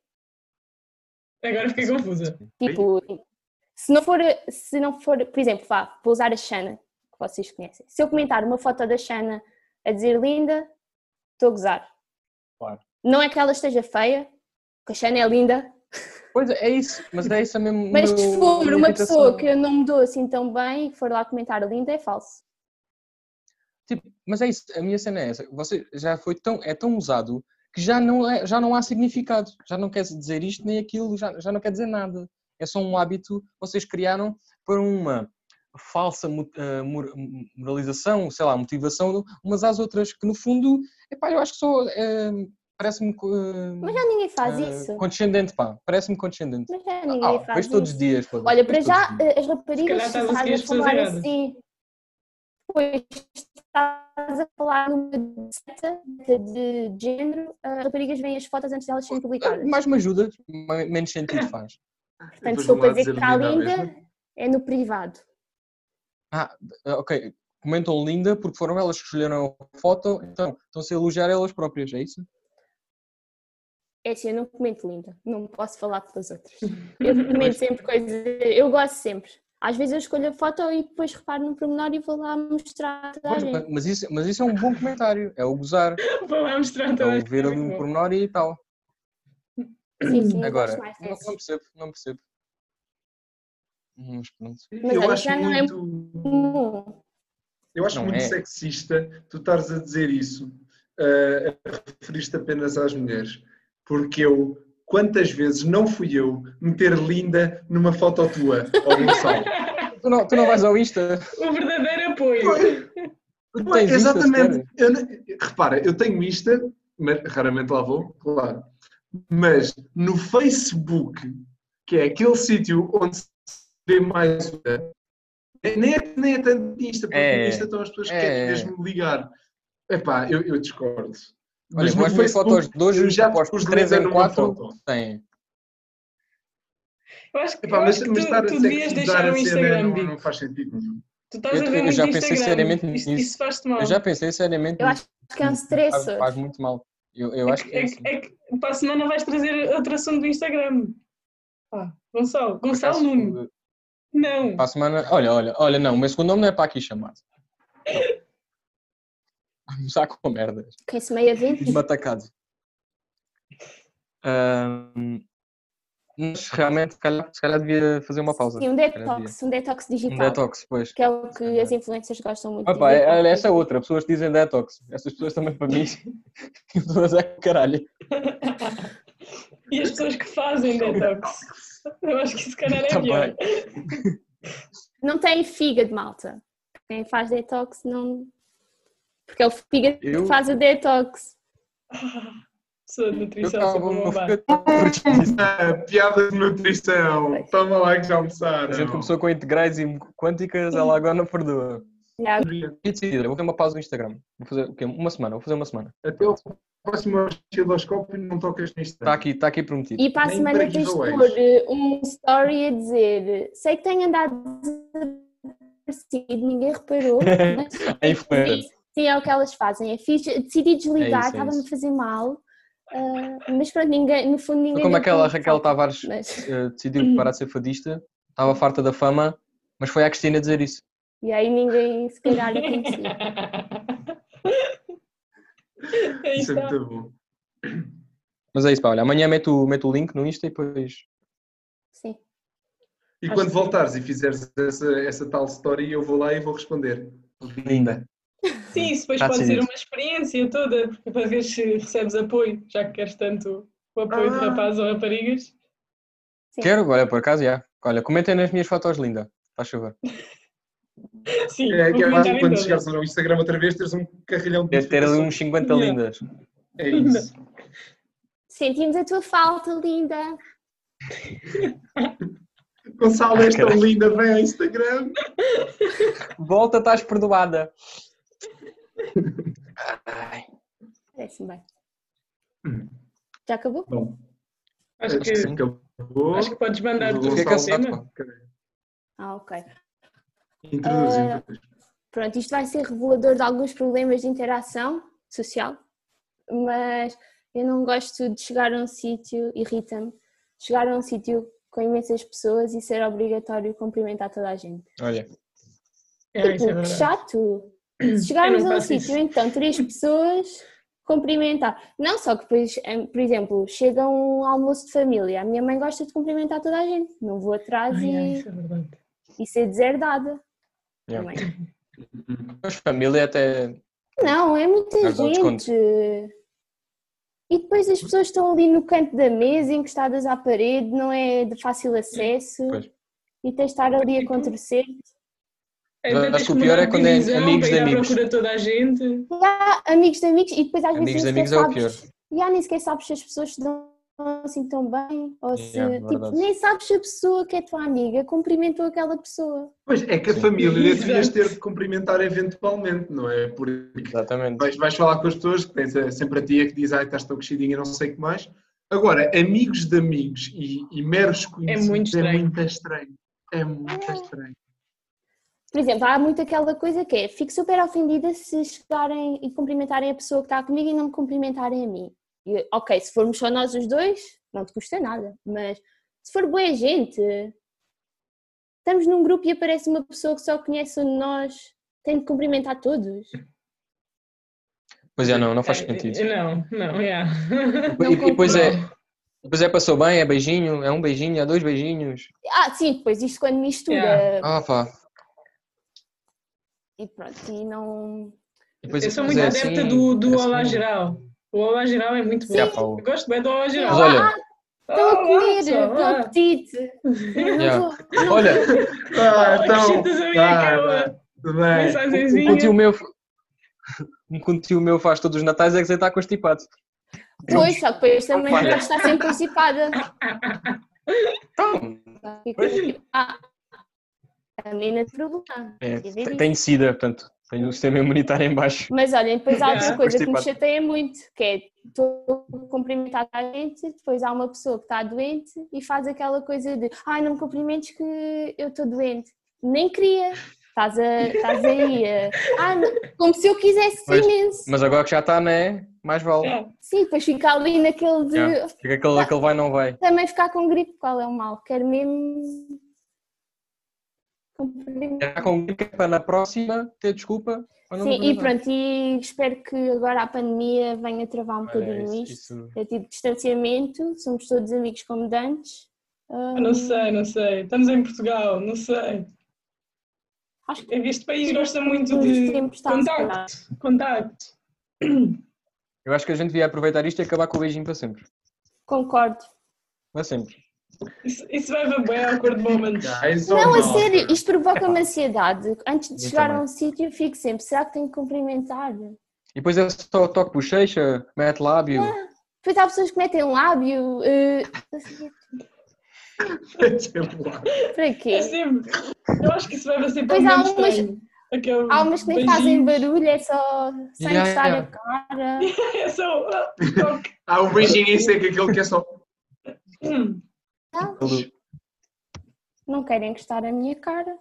[SPEAKER 2] Agora fiquei confusa.
[SPEAKER 4] Tipo, se não for, se não for, por exemplo, vá, vou usar a Xana, que vocês conhecem. Se eu comentar uma foto da Xana a dizer linda, estou a gozar.
[SPEAKER 1] Claro.
[SPEAKER 4] Não é que ela esteja feia, porque a Xana é linda,
[SPEAKER 1] Pois é, é isso, mas é isso mesmo.
[SPEAKER 4] mas
[SPEAKER 1] meu-
[SPEAKER 4] se for
[SPEAKER 1] minha
[SPEAKER 4] uma
[SPEAKER 1] irritação.
[SPEAKER 4] pessoa que eu não me dou assim tão bem e for lá comentar linda, é falso.
[SPEAKER 1] Tipo, mas é isso, a minha cena é essa. Você já foi tão, é tão usado que já não, é, já não há significado. Já não quer dizer isto nem aquilo, já, já não quer dizer nada. É só um hábito que vocês criaram para uma falsa mo- ah, mor- moralização, sei lá, motivação umas às outras, que no fundo, epá, eu acho que só eh, parece-me co- eh,
[SPEAKER 4] Mas já ninguém faz
[SPEAKER 1] eh,
[SPEAKER 4] isso.
[SPEAKER 1] condescendente, pá, parece-me condescendente.
[SPEAKER 4] Mas já
[SPEAKER 1] Ah,
[SPEAKER 4] ninguém faz
[SPEAKER 1] vejo
[SPEAKER 4] isso.
[SPEAKER 1] todos os dias. foda-se,
[SPEAKER 4] Olha, para
[SPEAKER 1] vejo todos os
[SPEAKER 4] já
[SPEAKER 1] dias.
[SPEAKER 4] eh, as
[SPEAKER 2] calhar
[SPEAKER 4] raparigas
[SPEAKER 2] estás a seguir as
[SPEAKER 4] estás a
[SPEAKER 2] pessoas
[SPEAKER 4] falar
[SPEAKER 2] erradas.
[SPEAKER 4] assim. Pois estás a falar numa seta de de género, as raparigas veem as fotos antes de elas serem publicadas.
[SPEAKER 1] Ah, mais me ajudas, mais- menos sentido faz.
[SPEAKER 4] Portanto,
[SPEAKER 3] Depois
[SPEAKER 4] se eu
[SPEAKER 3] vão lá
[SPEAKER 4] para dizer que está
[SPEAKER 3] à
[SPEAKER 4] linda,
[SPEAKER 3] mesma.
[SPEAKER 4] é no privado.
[SPEAKER 1] Ah, ok, comentam linda porque foram elas que escolheram a foto, então estão-se a elogiar elas próprias, é isso?
[SPEAKER 4] É assim, eu não comento linda, não posso falar pelas outras. Eu comento sempre coisas, eu gosto sempre. Às vezes eu escolho a foto e depois reparo no pormenor e vou lá mostrar a toda a
[SPEAKER 1] Pois,
[SPEAKER 4] gente.
[SPEAKER 1] mas- mas, isso, mas isso é um bom comentário, é o gozar,
[SPEAKER 2] Vou lá mostrar
[SPEAKER 1] é
[SPEAKER 2] toda a
[SPEAKER 1] o ver ali um pormenor e tal.
[SPEAKER 4] Sim, sim, eu
[SPEAKER 1] Agora,
[SPEAKER 4] gosto mais
[SPEAKER 1] não,
[SPEAKER 4] desse.
[SPEAKER 1] não percebo, não percebo. Mas pronto.
[SPEAKER 4] Mas
[SPEAKER 3] eu
[SPEAKER 4] olha,
[SPEAKER 3] acho
[SPEAKER 4] já não é
[SPEAKER 3] muito,
[SPEAKER 4] Hum,
[SPEAKER 3] eu acho
[SPEAKER 1] Não
[SPEAKER 3] muito
[SPEAKER 1] é.
[SPEAKER 3] sexista tu estares a dizer isso, ah, a referir-te apenas às mulheres, porque eu, quantas vezes não fui eu meter linda numa foto tua, ó Gonçalo?
[SPEAKER 1] Tu não, tu não vais ao Insta?
[SPEAKER 2] O Um verdadeiro apoio.
[SPEAKER 1] Tu
[SPEAKER 3] Ué,
[SPEAKER 1] tens Insta,
[SPEAKER 3] exatamente.
[SPEAKER 1] sério?
[SPEAKER 3] Eu não- repara, eu tenho Insta, mas raramente lá vou, claro. Mas no Facebook, que é aquele sítio onde se vê mais. Nem é, nem é tanto Insta, porque
[SPEAKER 1] É.
[SPEAKER 3] no Insta estão as pessoas que
[SPEAKER 1] É.
[SPEAKER 3] querem mesmo ligar. Epá, eu, eu discordo.
[SPEAKER 1] Olha, eu gosto de ver fotos de hoje,
[SPEAKER 3] eu já te
[SPEAKER 1] aposto
[SPEAKER 3] pus
[SPEAKER 1] que 3
[SPEAKER 3] laser
[SPEAKER 1] em
[SPEAKER 3] numa
[SPEAKER 1] 4
[SPEAKER 3] foto.
[SPEAKER 1] têm.
[SPEAKER 2] Eu acho que,
[SPEAKER 3] Epá,
[SPEAKER 2] eu
[SPEAKER 3] mas,
[SPEAKER 2] acho que
[SPEAKER 3] mas estar
[SPEAKER 2] tu,
[SPEAKER 3] a
[SPEAKER 2] tu devias deixar
[SPEAKER 3] sexualizar
[SPEAKER 2] o
[SPEAKER 3] a cena
[SPEAKER 2] Instagram,
[SPEAKER 3] não,
[SPEAKER 2] Bico.
[SPEAKER 3] não faz sentido nenhum.
[SPEAKER 2] Tu estás
[SPEAKER 1] é Eu-
[SPEAKER 2] a ver
[SPEAKER 1] eu
[SPEAKER 2] muito
[SPEAKER 1] já pensei
[SPEAKER 2] Instagram.
[SPEAKER 1] seriamente
[SPEAKER 2] isso,
[SPEAKER 1] nisso.
[SPEAKER 2] isso faz-te mal.
[SPEAKER 1] Eu já pensei seriamente
[SPEAKER 4] Eu
[SPEAKER 1] nisso,
[SPEAKER 4] acho que é um
[SPEAKER 1] Hum, faz,
[SPEAKER 4] stressor.
[SPEAKER 1] faz muito mal. Eu, eu acho que é
[SPEAKER 2] é,
[SPEAKER 1] assim.
[SPEAKER 2] que- é que para a semana vais trazer outro assunto do Instagram. Pá, Gonçalo,
[SPEAKER 1] Por
[SPEAKER 2] Gonçalo
[SPEAKER 1] acaso, eh,
[SPEAKER 2] Nuno. Não.
[SPEAKER 1] Para a semana. Olha, olha, olha, não, o meu segundo nome não é para aqui chamado. Vamos começar com merdas.
[SPEAKER 4] Quem se meia vida?
[SPEAKER 1] Matacado. Ahm, mas realmente, se calhar, se calhar devia fazer uma pausa.
[SPEAKER 4] Sim,
[SPEAKER 1] Se
[SPEAKER 4] um
[SPEAKER 1] calhar devia.
[SPEAKER 4] detox, um detox digital.
[SPEAKER 1] Um detox, pois.
[SPEAKER 4] Que é o que as influências gostam muito.
[SPEAKER 1] Ah,
[SPEAKER 4] de
[SPEAKER 1] pá,
[SPEAKER 4] dizer.
[SPEAKER 1] é- olha, essa é outra. Pessoas que dizem detox. Essas pessoas também para mim. todas é caralho.
[SPEAKER 2] E as pessoas que fazem detox. Eu acho que isso, se calhar, é pior.
[SPEAKER 1] Também.
[SPEAKER 4] Não tem fígado, malta. Quem faz detox não. Porque é o fígado
[SPEAKER 1] Eu-
[SPEAKER 4] que faz o detox.
[SPEAKER 2] Sou de
[SPEAKER 1] Eu
[SPEAKER 2] nutrição,
[SPEAKER 1] acabo
[SPEAKER 2] sou
[SPEAKER 1] o
[SPEAKER 2] como
[SPEAKER 1] meu
[SPEAKER 2] um bar.
[SPEAKER 1] fígado porque isso.
[SPEAKER 3] Ah, piada de nutrição. Toma lá que já
[SPEAKER 1] A
[SPEAKER 3] almoçaram.
[SPEAKER 1] gente começou com integrais e quânticas, ela agora não perdoa.
[SPEAKER 4] Já
[SPEAKER 1] E decidi, olha, vou ter uma pausa no Instagram. Vou fazer o quê? Uma semana, vou fazer uma semana.
[SPEAKER 3] Até o próximo osciloscópio não tocas nisto.
[SPEAKER 1] Está Tá aqui, está aqui prometido.
[SPEAKER 4] E para a
[SPEAKER 3] Nem
[SPEAKER 4] semana
[SPEAKER 3] para
[SPEAKER 4] tens de
[SPEAKER 3] giveaways.
[SPEAKER 4] pôr eh, um story a dizer sei que tenho andado desaparecido, ninguém reparou. mas
[SPEAKER 1] A influencer.
[SPEAKER 4] Sim, é o que elas fazem. Eu fiz- decidi desligar,
[SPEAKER 1] isso, é
[SPEAKER 4] estava-me
[SPEAKER 1] isso.
[SPEAKER 4] a fazer mal. ah, mas pronto, ninguém, no fundo ninguém.
[SPEAKER 1] Como
[SPEAKER 4] deu
[SPEAKER 1] aquela
[SPEAKER 4] conta.
[SPEAKER 1] Raquel Tavares
[SPEAKER 4] Mas-
[SPEAKER 1] eh, decidiu que parar de ser fadista, estava farta da fama, mas foi à Cristina dizer isso.
[SPEAKER 4] E aí ninguém se calhar acontecia.
[SPEAKER 2] Aí
[SPEAKER 3] Isso é
[SPEAKER 2] está.
[SPEAKER 3] muito bom.
[SPEAKER 1] Mas é isso, pá, olha, amanhã meto, meto o link no Insta e depois.
[SPEAKER 4] Sim.
[SPEAKER 3] E
[SPEAKER 2] Acho
[SPEAKER 3] quando
[SPEAKER 2] que-
[SPEAKER 3] voltares e fizeres essa, essa tal story, eu vou lá e vou responder.
[SPEAKER 1] Linda.
[SPEAKER 2] Sim, isso depois
[SPEAKER 1] Tá
[SPEAKER 2] pode ser
[SPEAKER 1] decidido.
[SPEAKER 2] uma experiência toda, porque para ver se recebes apoio, já que queres tanto o apoio de
[SPEAKER 3] Ah.
[SPEAKER 2] rapazes ou raparigas.
[SPEAKER 4] Sim.
[SPEAKER 1] Quero, olha, por acaso, já. Olha, comentem nas minhas fotos, linda. Faz favor.
[SPEAKER 2] Sim,
[SPEAKER 3] É
[SPEAKER 2] vou
[SPEAKER 3] que é
[SPEAKER 2] comentar
[SPEAKER 3] mais
[SPEAKER 2] em
[SPEAKER 3] quando
[SPEAKER 2] todas.
[SPEAKER 3] chegares ao Instagram outra vez, teres um carrilhão de
[SPEAKER 1] Deve É, ter ali um- uns
[SPEAKER 3] notificações.
[SPEAKER 1] 50
[SPEAKER 2] Yeah.
[SPEAKER 1] lindas.
[SPEAKER 3] É isso.
[SPEAKER 4] Sentimos a tua falta, linda.
[SPEAKER 3] Gonçalo, és tão
[SPEAKER 1] Ah, Caralho.
[SPEAKER 3] linda, vem ao Instagram.
[SPEAKER 1] Volta, estás perdoada. Ai,
[SPEAKER 4] Parece-me bem.
[SPEAKER 3] Hum.
[SPEAKER 4] Já acabou?
[SPEAKER 3] Bom,
[SPEAKER 2] Acho que,
[SPEAKER 1] sim.
[SPEAKER 3] acabou.
[SPEAKER 2] acho que podes mandar
[SPEAKER 3] Eu
[SPEAKER 2] tu
[SPEAKER 3] vou
[SPEAKER 1] fiquei
[SPEAKER 3] Gonçalo,
[SPEAKER 2] o
[SPEAKER 1] cansado,
[SPEAKER 2] tema.
[SPEAKER 1] pá.
[SPEAKER 4] Ah, ok.
[SPEAKER 2] Ah.
[SPEAKER 3] Introduzem.
[SPEAKER 4] Pronto, isto vai ser revelador de alguns problemas de interação social, mas eu não gosto de chegar a um sítio, irrita-me, chegar a um sítio com imensas pessoas e ser obrigatório cumprimentar toda a gente.
[SPEAKER 1] Olha,
[SPEAKER 2] É, isso é
[SPEAKER 4] Tipo, que
[SPEAKER 2] verdade.
[SPEAKER 4] chato! Se chegarmos
[SPEAKER 2] Eu não
[SPEAKER 4] a um
[SPEAKER 2] faço isso.
[SPEAKER 4] sítio, então, três pessoas, cumprimentar. Não só que depois, em- por exemplo, chega um almoço de família, a minha mãe gosta de cumprimentar toda a gente, não vou atrás
[SPEAKER 2] Ai, ai,
[SPEAKER 4] e,
[SPEAKER 2] isso é verdade.
[SPEAKER 4] e ser deserdada.
[SPEAKER 1] Yeah.
[SPEAKER 4] Também.
[SPEAKER 1] mas família até.
[SPEAKER 4] Não, é muita
[SPEAKER 1] Mas dá um desconto.
[SPEAKER 4] gente. E depois as pessoas estão ali no canto da mesa, encostadas à parede, não é de fácil acesso.
[SPEAKER 1] Pois.
[SPEAKER 4] E tens de estar ali
[SPEAKER 2] Tipo,
[SPEAKER 4] a acontecer.
[SPEAKER 1] Eu
[SPEAKER 2] Então,
[SPEAKER 1] acho
[SPEAKER 2] tens
[SPEAKER 1] que o
[SPEAKER 2] mudar
[SPEAKER 1] pior é
[SPEAKER 2] de
[SPEAKER 1] quando é
[SPEAKER 2] divisão
[SPEAKER 1] amigos
[SPEAKER 2] para ir
[SPEAKER 1] de
[SPEAKER 2] à
[SPEAKER 1] amigos.
[SPEAKER 2] procura de toda a gente.
[SPEAKER 4] Ah, Amigos de amigos, e depois às
[SPEAKER 1] Amigos
[SPEAKER 4] vezes
[SPEAKER 1] de
[SPEAKER 4] nem
[SPEAKER 1] amigos é
[SPEAKER 4] sequer
[SPEAKER 1] o pior.
[SPEAKER 4] assim, sabes. E há nem sequer sabes se as pessoas se dão assim tão bem, ou se.
[SPEAKER 1] Yeah,
[SPEAKER 4] tipo,
[SPEAKER 1] verdade.
[SPEAKER 4] nem sabes se a pessoa que é tua amiga cumprimentou aquela pessoa.
[SPEAKER 3] Pois é que a
[SPEAKER 1] Sim.
[SPEAKER 3] família devias
[SPEAKER 2] Exato.
[SPEAKER 3] ter de cumprimentar eventualmente, não é? Porque
[SPEAKER 1] Exatamente.
[SPEAKER 3] vais, vais falar com as pessoas, que tens a- sempre a tia que diz, ai, estás tão crescidinha, não sei o que mais. Agora, amigos de amigos e, e meros conhecidos
[SPEAKER 2] É
[SPEAKER 3] é
[SPEAKER 2] estranho.
[SPEAKER 3] muito estranho. É muito estranho.
[SPEAKER 4] Por exemplo, há muito aquela coisa que é: fico super ofendida se chegarem e cumprimentarem a pessoa que está comigo e não me cumprimentarem a mim. E eu, ok, se formos só nós os dois, não te custa nada, mas se for boa gente, estamos num grupo e aparece uma pessoa que só conhece um de nós, tem de cumprimentar todos.
[SPEAKER 1] Pois é, não, não faz
[SPEAKER 2] É,
[SPEAKER 1] sentido.
[SPEAKER 2] Não, não, é. yeah.
[SPEAKER 1] E, e depois é. Depois é passou bem, é beijinho, é um beijinho, é dois beijinhos.
[SPEAKER 4] Ah, sim, depois isto quando mistura.
[SPEAKER 2] Yeah.
[SPEAKER 1] Ah, pá.
[SPEAKER 4] E pronto, e não.
[SPEAKER 1] E depois
[SPEAKER 2] Eu sou
[SPEAKER 1] depois
[SPEAKER 2] muito
[SPEAKER 1] é
[SPEAKER 2] adepta
[SPEAKER 1] assim,
[SPEAKER 2] do, do
[SPEAKER 1] é
[SPEAKER 2] Olá
[SPEAKER 1] assim.
[SPEAKER 2] Geral. O Olá Geral é muito bom.
[SPEAKER 1] Yeah, pá, o-
[SPEAKER 2] Eu gosto bem do Olá Geral.
[SPEAKER 1] Mas olha,
[SPEAKER 4] Estão a
[SPEAKER 2] Olá,
[SPEAKER 4] comer,
[SPEAKER 2] pessoal,
[SPEAKER 4] bom
[SPEAKER 2] olá.
[SPEAKER 4] apetite. Eu não
[SPEAKER 1] Yeah.
[SPEAKER 4] vou- eu não
[SPEAKER 1] Olha, um
[SPEAKER 3] Ah,
[SPEAKER 2] acrescentas a mim aquela
[SPEAKER 3] tudo bem.
[SPEAKER 1] um
[SPEAKER 2] mensagenzinha.
[SPEAKER 1] contigo meu. Um contigo meu faz todos os natais é que você está tá constipado.
[SPEAKER 4] Pois, só que depois também
[SPEAKER 1] Olha.
[SPEAKER 4] pode estar sempre dissipada.
[SPEAKER 1] Então,
[SPEAKER 4] Ah, a menina de problema.
[SPEAKER 1] é,
[SPEAKER 4] Quer ver
[SPEAKER 1] te-
[SPEAKER 4] isso?
[SPEAKER 1] tenho sida, portanto, tenho o sistema imunitário em baixo.
[SPEAKER 4] Mas olhem, depois há outra
[SPEAKER 2] Yeah.
[SPEAKER 4] coisa que me
[SPEAKER 1] Constipado.
[SPEAKER 4] chateia muito, que é estou a cumprimentar a gente, depois há uma pessoa que está doente e faz aquela coisa de ai, não me cumprimentes que eu estou doente. Nem queria. Estás, a, estás aí. A, ah, não- como se eu quisesse
[SPEAKER 1] Pois.
[SPEAKER 4] imenso.
[SPEAKER 1] Mas agora que já está, né? Mais vale.
[SPEAKER 2] Yeah.
[SPEAKER 4] Sim, depois fica ali naquele de.
[SPEAKER 1] Yeah. Fica aquele, aquele vai, não vai.
[SPEAKER 4] Também ficar com gripe, qual é o mal? Quero mesmo.
[SPEAKER 1] Já tá com gripe para na próxima ter desculpa. para É, não
[SPEAKER 4] Sim, e
[SPEAKER 1] aproveitar.
[SPEAKER 4] pronto, e espero que agora a pandemia venha travar um
[SPEAKER 1] Olha,
[SPEAKER 4] bocadinho
[SPEAKER 1] isso-
[SPEAKER 4] isto.
[SPEAKER 1] isso-
[SPEAKER 4] É tipo distanciamento, somos todos amigos como de antes.
[SPEAKER 2] Ah,
[SPEAKER 4] Ah,
[SPEAKER 2] Não sei, não sei. Estamos em Portugal, não sei. É,
[SPEAKER 4] Acho que
[SPEAKER 2] Este país gosta muito
[SPEAKER 4] todos os
[SPEAKER 2] de
[SPEAKER 4] tempos está a separar.
[SPEAKER 2] contacto. Contacto.
[SPEAKER 1] Eu acho que a gente devia aproveitar isto e acabar com o beijinho para sempre.
[SPEAKER 4] Concordo.
[SPEAKER 1] Para sempre.
[SPEAKER 2] Isso, isso vai ver bem ao Court Moment.
[SPEAKER 3] Guys or
[SPEAKER 4] Não, a
[SPEAKER 3] not?
[SPEAKER 4] sério, isto provoca-me ansiedade. Antes de
[SPEAKER 1] Eu
[SPEAKER 4] chegar a
[SPEAKER 1] também.
[SPEAKER 4] um sítio, eu fico sempre, será que tenho que cumprimentar? Depois
[SPEAKER 1] E depois é só toque bochecha, mete lábio.
[SPEAKER 2] É.
[SPEAKER 4] há pessoas que metem lábio. eh,
[SPEAKER 3] Exemplo.
[SPEAKER 4] para
[SPEAKER 2] É
[SPEAKER 4] quê?
[SPEAKER 2] sempre. Eu acho que isso vai ver sempre
[SPEAKER 4] Pois
[SPEAKER 2] um
[SPEAKER 4] há
[SPEAKER 2] momento
[SPEAKER 4] umas-
[SPEAKER 2] estranho. Aquele
[SPEAKER 4] Há umas que nem fazem
[SPEAKER 2] beijinho.
[SPEAKER 4] barulho, é só sem
[SPEAKER 1] Yeah,
[SPEAKER 4] encostar
[SPEAKER 1] yeah.
[SPEAKER 4] a cara.
[SPEAKER 2] É só. ah, toque.
[SPEAKER 3] Há um beijinho em seco, aquele que é só.
[SPEAKER 2] Hum.
[SPEAKER 4] Não querem encostar a minha cara.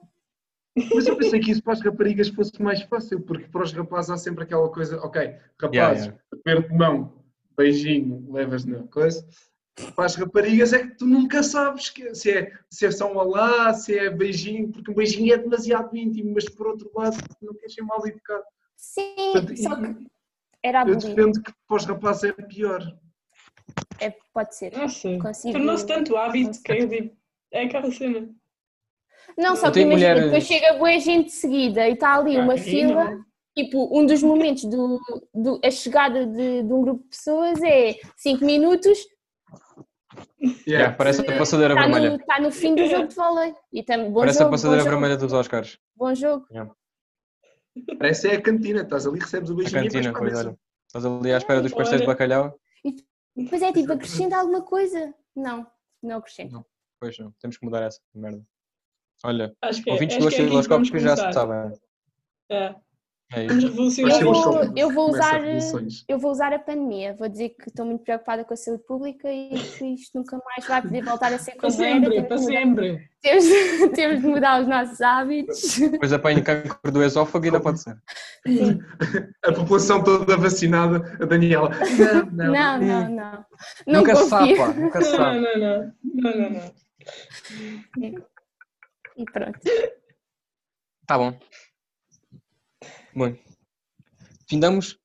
[SPEAKER 3] Mas eu pensei que isso para as raparigas fosse mais fácil, porque para os rapazes há sempre aquela coisa, ok,
[SPEAKER 1] Yeah,
[SPEAKER 3] rapazes,
[SPEAKER 1] yeah.
[SPEAKER 3] aperto de mão, beijinho, levas na coisa. Para as raparigas é que tu nunca sabes que- se, é, se é só um alá, se é beijinho, porque um beijinho é demasiado íntimo, mas por outro lado não queres ser mal educado.
[SPEAKER 4] Sim,
[SPEAKER 3] Portanto,
[SPEAKER 4] só
[SPEAKER 3] e-
[SPEAKER 4] que era a
[SPEAKER 3] Eu
[SPEAKER 4] bullying.
[SPEAKER 3] defendo que para os rapazes é pior.
[SPEAKER 4] É, pode ser.
[SPEAKER 2] Não sei.
[SPEAKER 4] Consigo.
[SPEAKER 2] Tornou-se tanto hábito que eu digo. É aquela cena.
[SPEAKER 4] Não, só
[SPEAKER 1] Eu
[SPEAKER 4] que
[SPEAKER 1] tenho eh,
[SPEAKER 4] imagina,
[SPEAKER 1] mulheres-
[SPEAKER 4] depois chega boa gente de seguida e está ali uma
[SPEAKER 3] Ah, e
[SPEAKER 4] fila.
[SPEAKER 3] não.
[SPEAKER 4] Tipo, um dos momentos do, do- a chegada de, de um grupo de pessoas é 5 minutos,
[SPEAKER 1] Yeah, parece a passadeira
[SPEAKER 2] Tá
[SPEAKER 4] está no,
[SPEAKER 1] vermelha.
[SPEAKER 4] está no fim do jogo de vôlei. E tam, bom
[SPEAKER 1] Parece a
[SPEAKER 4] jogo,
[SPEAKER 1] passadeira
[SPEAKER 4] bom jogo,
[SPEAKER 1] vermelha dos Oscars.
[SPEAKER 4] bom jogo.
[SPEAKER 3] Parece é a cantina, estás ali, recebes o
[SPEAKER 1] A
[SPEAKER 3] beijinho e
[SPEAKER 1] cantina,
[SPEAKER 3] vais para a
[SPEAKER 1] pois
[SPEAKER 3] mesa.
[SPEAKER 1] olha. Estás ali à espera dos pastéis de
[SPEAKER 2] Olha.
[SPEAKER 1] bacalhau?
[SPEAKER 4] Depois é tipo, acrescenta alguma coisa? Não, não acrescenta.
[SPEAKER 1] Pois não, temos que mudar essa merda. Olha,
[SPEAKER 2] Acho que é.
[SPEAKER 1] ouvintes
[SPEAKER 2] acho
[SPEAKER 1] do
[SPEAKER 2] que é aqui que vamos
[SPEAKER 1] osciloscópicos já
[SPEAKER 2] começar.
[SPEAKER 1] sabem.
[SPEAKER 2] É.
[SPEAKER 1] É
[SPEAKER 2] Vamos
[SPEAKER 1] isso.
[SPEAKER 4] Eu
[SPEAKER 2] revolucionar. isto.
[SPEAKER 4] vou-
[SPEAKER 3] Osciloscópicos.
[SPEAKER 4] eu vou
[SPEAKER 3] Começa
[SPEAKER 4] usar- eh,
[SPEAKER 3] revoluções.
[SPEAKER 4] Eu vou usar a pandemia, vou dizer que estou muito preocupada com a saúde pública e que isto nunca mais vai poder voltar a ser
[SPEAKER 2] Para
[SPEAKER 4] como
[SPEAKER 2] sempre,
[SPEAKER 4] era.
[SPEAKER 2] para
[SPEAKER 4] Temos de mudar-
[SPEAKER 2] sempre.
[SPEAKER 4] Temos, temos de mudar os nossos hábitos.
[SPEAKER 1] Depois apanho cancro do esófago e não pode ser.
[SPEAKER 3] A população toda vacinada, a Daniela. Não, não.
[SPEAKER 4] Não, não, não. Não
[SPEAKER 1] nunca se sabe,
[SPEAKER 4] confio.
[SPEAKER 1] pá, nunca se
[SPEAKER 2] Não,
[SPEAKER 1] sabe.
[SPEAKER 2] não, não. Não, não, não.
[SPEAKER 4] E pronto.
[SPEAKER 1] Tá bom. Bom, findamos